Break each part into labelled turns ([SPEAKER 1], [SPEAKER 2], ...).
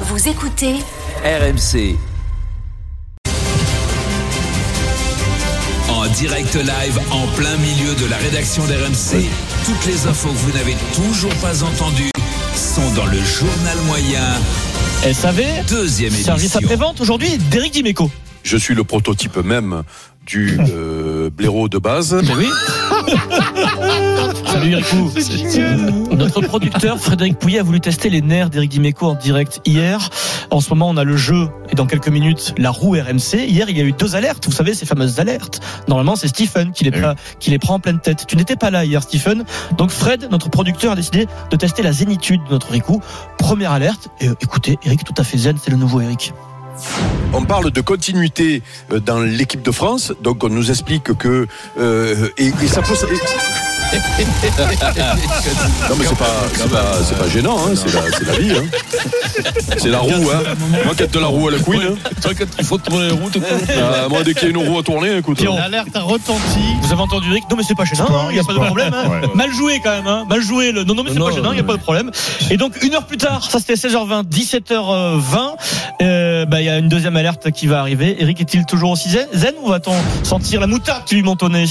[SPEAKER 1] Vous écoutez
[SPEAKER 2] RMC. En direct live, en plein milieu de la rédaction d'RMC, toutes les infos que vous n'avez toujours pas entendues sont dans le journal moyen,
[SPEAKER 3] SAV,
[SPEAKER 2] deuxième édition.
[SPEAKER 3] service après-vente aujourd'hui d'Éric Dimeco.
[SPEAKER 4] Je suis le prototype même du euh, blaireau de base.
[SPEAKER 3] Mais oui. Salut Eric Pou. Notre producteur Frédéric Pouillet a voulu tester les nerfs d'Éric Dimeco en direct hier. En ce moment, on a le jeu et dans quelques minutes, la roue RMC. Hier, il y a eu deux alertes. Vous savez, ces fameuses alertes. Normalement, c'est Stephen qui les, prend, qui les prend en pleine tête. Tu n'étais pas là hier, Stephen. Donc, Fred, notre producteur, a décidé de tester la zénitude de notre Ricou. Première alerte. Et euh, écoutez, Eric, tout à fait zen, c'est le nouveau Eric.
[SPEAKER 4] On parle de continuité euh, dans l'équipe de France, donc on nous explique que euh, et, et ça peut. et- non mais c'est pas, c'est pas, c'est pas gênant, hein, c'est la, c'est la vie. hein. C'est la roue. Hein. Moi, quand t'as la roue à la queen, hein.
[SPEAKER 5] Il faut tourner les routes.
[SPEAKER 4] Ah, moi dès qu'il y a une roue à tourner, écoute.
[SPEAKER 3] Pierrot.
[SPEAKER 5] L'alerte a retenti.
[SPEAKER 3] Vous avez entendu Eric Non mais c'est pas gênant, il n'y a pas de problème. hein. Mal joué quand même, hein. mal joué. Le... Non, non mais c'est
[SPEAKER 5] Non,
[SPEAKER 3] pas gênant, il n'y a
[SPEAKER 5] euh,
[SPEAKER 3] pas de problème. Et donc une heure plus tard, ça c'était 16h20, 17h20, euh, bah, il y a une deuxième alerte qui va arriver. Eric est-il toujours aussi zen, zen ou va-t-on sentir la moutarde qui lui monte au nez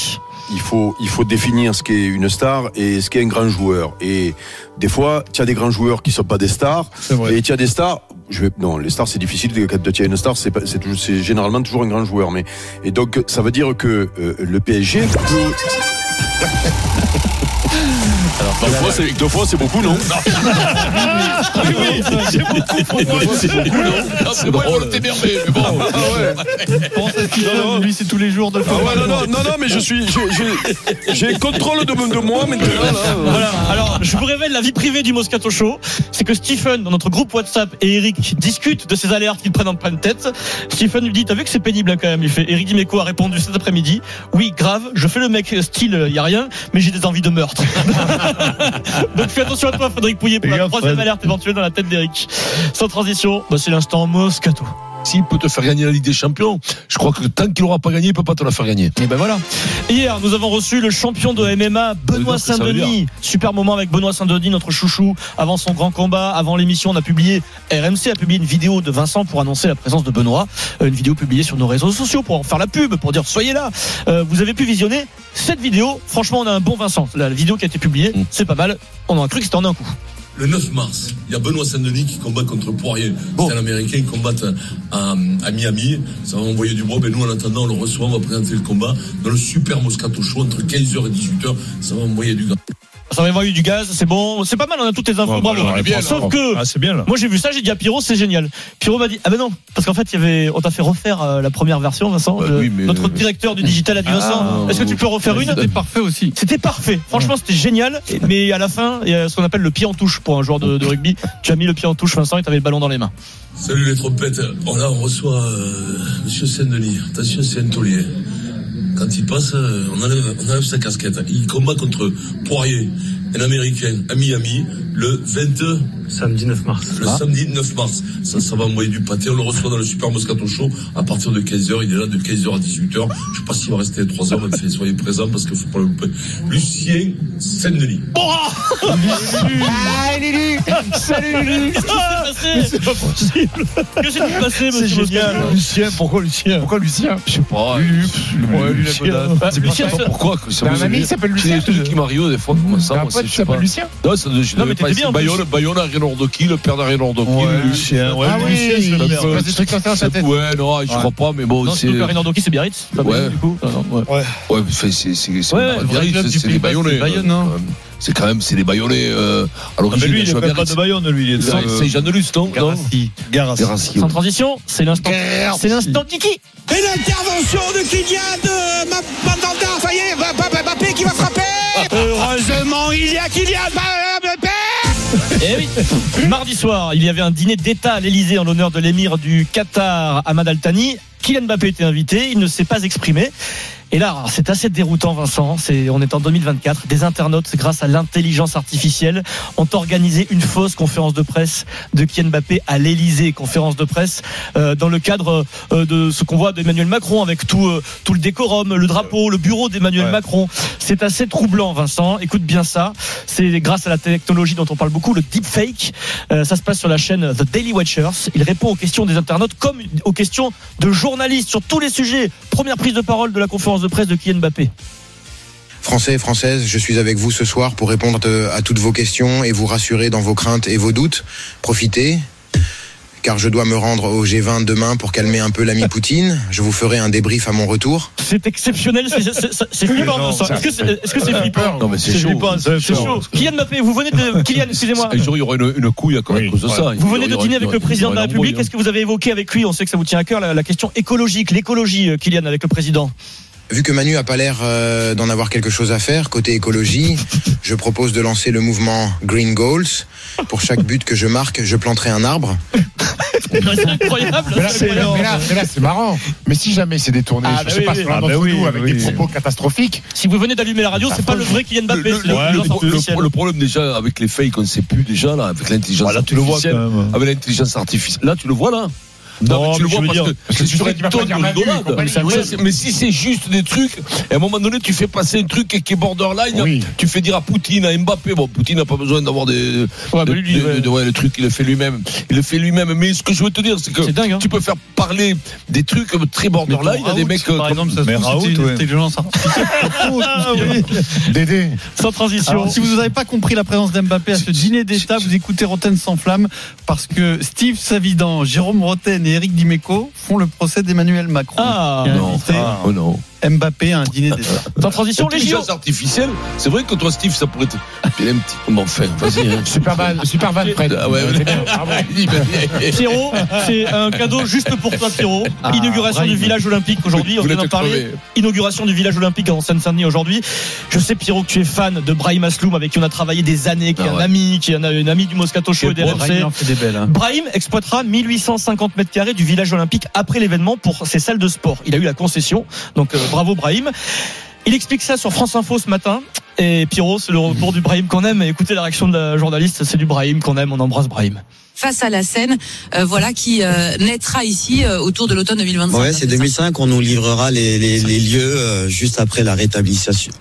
[SPEAKER 4] il faut, il faut définir ce qu'est une star et ce qu'est un grand joueur. Et des fois, tu as des grands joueurs qui sont pas des stars.
[SPEAKER 5] vrai.
[SPEAKER 4] Et tu as des stars. Je vais, non, les stars, c'est difficile. de- Quand tu as une star, c'est pas- c'est toujours- c'est généralement toujours un grand joueur. Mais, et donc, ça veut dire que euh, le PSG peut. deux, fois, c'est, deux fois, c'est beaucoup, non
[SPEAKER 5] C'est drôle. T'es merveilleux, mais bon.
[SPEAKER 3] Lui c'est tous les jours de
[SPEAKER 4] Ah ouais, non, non, non, non, mais je suis. j'ai- j'ai- J'ai contrôle de, de moi maintenant. là.
[SPEAKER 3] Voilà. Alors, je vous révèle la vie privée du Moscato Show. C'est que Stephen, dans notre groupe WhatsApp, et Eric discutent de ces alertes qu'ils prennent en pleine tête. Stephen lui dit, t'as vu que c'est pénible hein, quand même. Il fait, Eric Dimeco a répondu cet après-midi. Oui, grave, je fais le mec euh, style, euh, y a rien, mais j'ai des envies de meurtre. Donc fais attention à toi, Frédéric Pouillet, pour
[SPEAKER 5] Fais
[SPEAKER 3] la
[SPEAKER 5] gaffe,
[SPEAKER 3] troisième
[SPEAKER 5] Fred.
[SPEAKER 3] alerte éventuelle dans la tête d'Eric. Sans transition, bah, c'est l'instant Moscato.
[SPEAKER 5] S'il peut te faire gagner la Ligue des Champions, je crois que tant qu'il n'aura pas gagné, il ne peut pas te la faire gagner.
[SPEAKER 3] Et ben voilà. Hier, nous avons reçu le champion de MMA, Benoît
[SPEAKER 5] dire ce que ça veut
[SPEAKER 3] Saint-Denis. Super moment avec Benoît Saint-Denis, notre chouchou. Avant son grand combat, avant l'émission, on a publié, RMC a publié une vidéo de Vincent pour annoncer la présence de Benoît. Euh, Une vidéo publiée sur nos réseaux sociaux pour en faire la pub, pour dire soyez là. Euh, Vous avez pu visionner cette vidéo. Franchement, on a un bon Vincent. La vidéo qui a été publiée,
[SPEAKER 5] Mm.
[SPEAKER 3] c'est pas mal. On en a cru que c'était en un coup.
[SPEAKER 6] Le 9 mars, il y a Benoît Saint-Denis qui combat contre Poirier. C'est un Américain qui combat euh, à, à Miami. Ça va envoyer du bois. Ben nous, en attendant, on le reçoit. On va présenter le combat dans le super Moscato Show entre 15h et 18h. Ça va envoyer du gaz.
[SPEAKER 3] Ça va avoir eu du gaz, c'est bon, c'est pas mal, on a toutes les infos,
[SPEAKER 5] Ouais, bah,
[SPEAKER 3] bravo.
[SPEAKER 5] alors, elle est bien,
[SPEAKER 3] Sauf
[SPEAKER 5] alors.
[SPEAKER 3] que,
[SPEAKER 5] c'est bien là.
[SPEAKER 3] Moi j'ai vu ça, j'ai dit à Pierrot c'est génial. Pierrot m'a dit ah ben non parce qu'en fait il y avait on t'a fait refaire euh, la première version Vincent.
[SPEAKER 5] Bah
[SPEAKER 3] Le-
[SPEAKER 5] oui, mais- Ah,
[SPEAKER 3] Notre directeur du digital a dit Vincent est-ce que tu peux refaire une C'était parfait aussi. C'était parfait. Franchement c'était génial. Mais à la fin il y a ce qu'on appelle le pied en touche pour un joueur de, de rugby. Tu as mis le pied en touche Vincent et t'avais le ballon dans les mains.
[SPEAKER 6] Salut les trompettes. Oh là, on reçoit euh, Monsieur Saint-Denis. Attention, c'est un taulier. Quand il passe, euh, on enlève, on enlève sa casquette. Il combat contre Poirier, un Américain, à Miami, le 22
[SPEAKER 7] Samedi 9 mars. Ah.
[SPEAKER 6] Le samedi 9 mars, ça, ça va envoyer du pâté. On le reçoit dans le Super Moscato Show à partir de 15h. Il est là de 15h à 18h. Je sais pas s'il va rester 3 heures, mais fait- soyez présents parce qu'il faut pas le louper. Lucien Saint-Denis.
[SPEAKER 3] Ah, Qu'est-ce qui s'est passé Qu'est-ce qui s'est passé monsieur Moscato
[SPEAKER 5] Lucien, pourquoi Lucien Pourquoi Lucien Je sais pas. Lucien.
[SPEAKER 3] C'est Lucien, ça-
[SPEAKER 5] Pourquoi que ça
[SPEAKER 8] T'as
[SPEAKER 5] me-
[SPEAKER 8] un ami qui s'appelle
[SPEAKER 5] C'est
[SPEAKER 8] Lucien
[SPEAKER 5] des trucs qui m'arrivent des fois, comme ça.
[SPEAKER 8] T'as un
[SPEAKER 5] moi,
[SPEAKER 8] pote
[SPEAKER 5] c'est-
[SPEAKER 8] qui
[SPEAKER 5] je sais pas.
[SPEAKER 8] s'appelle Lucien
[SPEAKER 5] Non, ça devait
[SPEAKER 3] mais t'étais bien, en plus.
[SPEAKER 5] Bayonne, Bayonne, Ariel Ordoki, le père d'Ariel Ordoki, Lucien. Ouais,
[SPEAKER 8] Ah oui,
[SPEAKER 5] Lucien, je
[SPEAKER 8] il
[SPEAKER 5] le
[SPEAKER 8] se passe des trucs comme ça dans sa tête.
[SPEAKER 5] Ouais, non, je crois pas, mais bon,
[SPEAKER 3] Non, c'est
[SPEAKER 5] c'est.
[SPEAKER 3] Lucas Rinaldo qui c'est Biarritz. Pas
[SPEAKER 5] Ouais.
[SPEAKER 3] Bayonne, du coup. Ah, non, ouais.
[SPEAKER 5] Ouais, mais c'est c'est c'est c'est
[SPEAKER 3] Ouais,
[SPEAKER 5] pas
[SPEAKER 3] le
[SPEAKER 5] Biarritz,
[SPEAKER 3] vrai club
[SPEAKER 5] c'est-
[SPEAKER 3] du
[SPEAKER 5] c'est
[SPEAKER 3] Pays
[SPEAKER 5] les
[SPEAKER 3] Basque,
[SPEAKER 5] Bayonnais.
[SPEAKER 3] c'est Bayonne, hein. Ah,
[SPEAKER 5] euh, C'est quand même c'est les Bayonnais euh, à l'origine. je suis à Biarritz.
[SPEAKER 3] Bayonne lui. Il
[SPEAKER 5] C'est- C'est Jean de Luz, non Non. Garassi,
[SPEAKER 3] Sans
[SPEAKER 5] ouais.
[SPEAKER 3] transition c'est l'instant c'est l'instant Kiki.
[SPEAKER 9] Et l'intervention de Kylian euh, de Mandanda, ça y est, Mbappé qui va frapper Heureusement, il y a Kylian Mbappé
[SPEAKER 3] Eh oui. Mardi soir, il y avait un dîner d'État à l'Elysée en l'honneur de l'émir du Qatar, Ahmad Al Thani. Kylian Mbappé était invité, il ne s'est pas exprimé. Et là, alors, c'est assez déroutant, Vincent. C'est, on est en 2024. Des internautes, grâce à l'intelligence artificielle, ont organisé une fausse conférence de presse de Kylian Mbappé à l'Elysée. Conférence de presse euh, dans le cadre euh, de ce qu'on voit d'Emmanuel Macron avec tout, euh, tout le décorum, le drapeau, le bureau d'Emmanuel
[SPEAKER 1] Ouais.
[SPEAKER 3] Macron. C'est assez troublant, Vincent. Écoute bien ça. C'est grâce à la technologie dont on parle beaucoup, le deepfake. Euh, ça se passe sur la chaîne The Daily Watchers. Il répond aux questions des internautes comme aux questions de journalistes sur tous les sujets. Première prise de parole de la conférence de presse de Kylian Mbappé.
[SPEAKER 7] Français et Françaises, je suis avec vous ce soir pour répondre euh, à toutes vos questions et vous rassurer dans vos craintes et vos doutes. Profitez, car je dois me rendre au G20 demain pour calmer un peu l'ami Poutine. Je vous ferai un débrief à mon retour.
[SPEAKER 3] C'est exceptionnel, c'est- c'est- c'est c'est flippant,
[SPEAKER 1] Non,
[SPEAKER 3] Vincent.
[SPEAKER 1] ça-
[SPEAKER 3] Est-ce que c'est est-ce que c'est flippant
[SPEAKER 5] Non, mais c'est chaud.
[SPEAKER 3] flippant, c'est
[SPEAKER 5] C'est
[SPEAKER 3] chaud.
[SPEAKER 5] chaud.
[SPEAKER 3] Kylian Mbappé, vous venez de. Kylian, excusez-moi.
[SPEAKER 5] Un jour, il y aura une, une couille à cause
[SPEAKER 1] Oui,
[SPEAKER 5] à cause de
[SPEAKER 1] ouais.
[SPEAKER 5] ça.
[SPEAKER 3] Vous venez de dîner avec le président de la République.
[SPEAKER 5] hein.
[SPEAKER 3] Est-ce que vous avez évoqué avec lui, on sait que ça vous tient à cœur, la, la question écologique, l'écologie, euh, Kylian, avec le président
[SPEAKER 7] Vu que Manu a pas l'air euh, d'en avoir quelque chose à faire côté écologie, je propose de lancer le mouvement Green Goals. Pour chaque but que je marque, je planterai un arbre.
[SPEAKER 3] Non, C'est incroyable.
[SPEAKER 1] Mais là,
[SPEAKER 3] c'est
[SPEAKER 1] mais là,
[SPEAKER 3] énorme.
[SPEAKER 1] mais là, mais là, c'est marrant. Mais si jamais c'est détourné,
[SPEAKER 3] Ah,
[SPEAKER 1] je
[SPEAKER 3] bah
[SPEAKER 1] sais
[SPEAKER 3] oui,
[SPEAKER 1] pas,
[SPEAKER 3] oui.
[SPEAKER 1] sur un
[SPEAKER 3] Ah,
[SPEAKER 1] d'entre
[SPEAKER 3] bah oui,
[SPEAKER 1] nous avec des
[SPEAKER 3] oui.
[SPEAKER 1] propos catastrophiques. Bah,
[SPEAKER 3] Si vous venez d'allumer la radio, c'est pas le vrai Kylian
[SPEAKER 5] Le,
[SPEAKER 3] Mbappé,
[SPEAKER 5] le-
[SPEAKER 3] c'est la
[SPEAKER 5] le-
[SPEAKER 3] l'intelligence
[SPEAKER 5] le-
[SPEAKER 3] artificielle.
[SPEAKER 5] le problème déjà avec les fakes, on ne sait plus déjà là avec l'intelligence
[SPEAKER 8] Voilà, tu le vois quand
[SPEAKER 5] artificielle.
[SPEAKER 8] même.
[SPEAKER 5] Avec l'intelligence artificielle, là tu le vois là.
[SPEAKER 8] Non,
[SPEAKER 5] mais
[SPEAKER 8] mais
[SPEAKER 5] tu le
[SPEAKER 8] je
[SPEAKER 5] vois
[SPEAKER 8] veux
[SPEAKER 5] parce
[SPEAKER 8] dire-
[SPEAKER 5] que
[SPEAKER 1] parce que
[SPEAKER 5] c'est
[SPEAKER 1] tu
[SPEAKER 5] sur
[SPEAKER 1] pourrais
[SPEAKER 5] une
[SPEAKER 1] dire,
[SPEAKER 5] tonne de
[SPEAKER 1] Manu et
[SPEAKER 5] rigolade.
[SPEAKER 1] compagnie,
[SPEAKER 5] Mais ça,
[SPEAKER 1] oui.
[SPEAKER 5] c'est- Mais si c'est juste des trucs, et à un moment donné tu fais passer un truc qui est borderline,
[SPEAKER 1] Oui.
[SPEAKER 5] tu fais dire à Poutine, à Mbappé, bon Poutine n'a pas besoin d'avoir des,
[SPEAKER 3] Ouais, bah,
[SPEAKER 5] de-
[SPEAKER 3] lui,
[SPEAKER 5] de-
[SPEAKER 3] lui, ouais.
[SPEAKER 5] de- ouais, le truc il le fait lui-même, il le fait lui-même. Mais ce que je veux te dire, c'est que
[SPEAKER 3] C'est dingue, hein.
[SPEAKER 5] tu peux faire parler des trucs très borderline à des mecs euh,
[SPEAKER 8] par
[SPEAKER 5] comme
[SPEAKER 8] exemple, ça se
[SPEAKER 3] Mais
[SPEAKER 8] trouve,
[SPEAKER 3] Raoult,
[SPEAKER 8] c'était une
[SPEAKER 3] ouais.
[SPEAKER 8] intelligence artificielle.
[SPEAKER 3] Ah oui.
[SPEAKER 1] Dédé,
[SPEAKER 3] Sans transition.
[SPEAKER 8] Alors, si vous n'avez pas compris la présence d'Mbappé à ce dîner d'État, vous écoutez Roten sans flamme parce que Steve Savidan, Jérôme Roten et Eric Dimeco font le procès d'Emmanuel Macron.
[SPEAKER 3] Ah,
[SPEAKER 8] Qui a
[SPEAKER 5] non.
[SPEAKER 8] invité
[SPEAKER 5] Oh non.
[SPEAKER 8] Mbappé à un dîner d'État.
[SPEAKER 3] sans transition, les JO.
[SPEAKER 5] L'intelligence artificielle, c'est vrai que toi, Steve, ça pourrait être. Ah, Il aime petit. Bon, enfin, vas-y. hein.
[SPEAKER 1] super van, super van, Fred.
[SPEAKER 5] Ah ouais, ouais.
[SPEAKER 1] C'est bien, bravo.
[SPEAKER 5] Il va- Vous
[SPEAKER 3] Pierrot, c'est un cadeau juste pour toi, Pierrot. Inauguration
[SPEAKER 8] Ah, Brian.
[SPEAKER 3] du village olympique aujourd'hui, on
[SPEAKER 5] voulez
[SPEAKER 3] vient d'en
[SPEAKER 5] te
[SPEAKER 3] parler.
[SPEAKER 5] crever.
[SPEAKER 3] Inauguration du village olympique en Seine-Saint-Denis aujourd'hui. Je sais, Pierrot, que tu es fan de Brahim Asloum, avec qui on a travaillé des années, qui est
[SPEAKER 5] Ah
[SPEAKER 3] un
[SPEAKER 5] ouais.
[SPEAKER 3] ami, qui est un, un ami du Moscato Show et des RMC.
[SPEAKER 8] Brahim en fait des belles. hein.
[SPEAKER 3] Brahim exploitera 1850 mètres carrés du village olympique après l'événement pour ses salles de sport. Il a eu la concession, donc euh, bravo Brahim. Il explique ça sur France Info ce matin. Et Pierrot, c'est le retour du Brahim qu'on aime. Et écoutez la réaction de la journaliste, c'est du Brahim qu'on aime, on embrasse Brahim.
[SPEAKER 10] face à la scène, euh, voilà qui euh, naîtra ici euh, autour de l'automne 2025.
[SPEAKER 11] Ouais, c'est 2005, on nous livrera les, les, les lieux euh, juste après la rétablissation.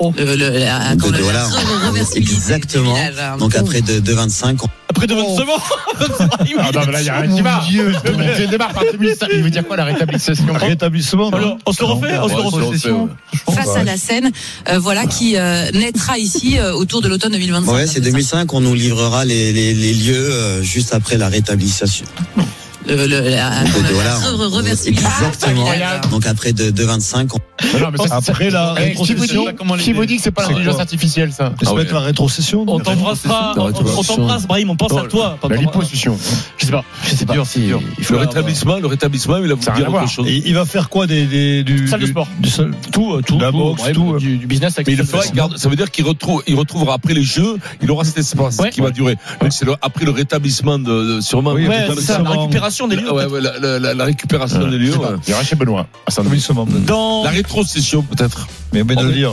[SPEAKER 10] Euh, Le- le- la- quand
[SPEAKER 11] De-
[SPEAKER 10] le-
[SPEAKER 11] de- voilà.
[SPEAKER 10] la reversibilité
[SPEAKER 11] Exactement.
[SPEAKER 10] du village, hein.
[SPEAKER 11] Donc après de, de 25, on-
[SPEAKER 3] Après de 20
[SPEAKER 1] Oh.
[SPEAKER 3] secondes, Brahim,
[SPEAKER 1] Ah non, mais là, il y a rien qui va. Je démarre par 2005. Il veut dire quoi, la rétablissation
[SPEAKER 8] Rétablissement. non
[SPEAKER 3] Alors, on se le refait, on se le
[SPEAKER 5] Ouais,
[SPEAKER 3] refait.
[SPEAKER 8] Possession.
[SPEAKER 5] ouais.
[SPEAKER 10] face à la scène, euh, voilà qui euh, naîtra ici euh, autour de l'automne 2025.
[SPEAKER 11] ouais, c'est 2005, on nous livrera les, les, les lieux euh, juste après la rétablissation.
[SPEAKER 10] Euh, Le- le- la-
[SPEAKER 11] De- de-
[SPEAKER 10] la
[SPEAKER 11] voilà.
[SPEAKER 10] reversibilité du
[SPEAKER 11] Exactement.
[SPEAKER 10] village, hein.
[SPEAKER 11] Donc après de, de 25, on...
[SPEAKER 1] Non, mais ça, c'est-
[SPEAKER 8] Après la
[SPEAKER 1] Eh, Qui vous
[SPEAKER 8] rétrocession,
[SPEAKER 1] dit- qui vous dit que c'est pas
[SPEAKER 8] C'est
[SPEAKER 1] l'intelligence
[SPEAKER 8] quoi
[SPEAKER 1] artificielle, ça
[SPEAKER 8] ça
[SPEAKER 5] Ah
[SPEAKER 8] peut
[SPEAKER 5] ouais.
[SPEAKER 8] être la rétrocession. non
[SPEAKER 3] On t'embrassera,
[SPEAKER 5] Non,
[SPEAKER 3] on
[SPEAKER 5] tu vois.
[SPEAKER 3] on t'embrasse Brahim, on pense à toi.
[SPEAKER 1] La
[SPEAKER 3] pendant-
[SPEAKER 1] liposuction.
[SPEAKER 3] Je sais pas, je sais pas.
[SPEAKER 8] Dur,
[SPEAKER 3] si-
[SPEAKER 8] dur.
[SPEAKER 3] il faut
[SPEAKER 5] Le
[SPEAKER 3] avoir-
[SPEAKER 5] rétablissement, le rétablissement, il a
[SPEAKER 1] Ça a rien
[SPEAKER 5] voulu dire
[SPEAKER 1] à voir.
[SPEAKER 5] autre chose.
[SPEAKER 8] Et il va faire quoi des, des- du,
[SPEAKER 3] Salle de
[SPEAKER 8] du-
[SPEAKER 3] sport.
[SPEAKER 8] du sol-
[SPEAKER 3] Tout, euh, tout,
[SPEAKER 8] La
[SPEAKER 3] tout,
[SPEAKER 8] boxe,
[SPEAKER 3] Brahim,
[SPEAKER 8] tout, euh.
[SPEAKER 3] du, du business avec
[SPEAKER 5] Mais il le
[SPEAKER 3] les
[SPEAKER 5] fera, il
[SPEAKER 3] gens.
[SPEAKER 5] garde- ça veut dire qu'il retrouve, il retrouvera après les jeux, il aura cet espace
[SPEAKER 3] Ouais.
[SPEAKER 5] qui va durer. Donc c'est le- après le rétablissement de, de- sûrement.
[SPEAKER 8] Oui,
[SPEAKER 3] Ouais, c'est ça, la
[SPEAKER 8] Exactement.
[SPEAKER 3] récupération des lieux.
[SPEAKER 5] Ouais, ouais, la, la- la- la récupération des lieux. ouais.
[SPEAKER 1] Il y aura chez Benoît. à Saint-Denis.
[SPEAKER 8] Rétablissement.
[SPEAKER 3] Dans
[SPEAKER 5] La rétrocession peut-être.
[SPEAKER 8] Mais ben de
[SPEAKER 5] On
[SPEAKER 8] le
[SPEAKER 5] est-
[SPEAKER 3] hein.
[SPEAKER 8] dire.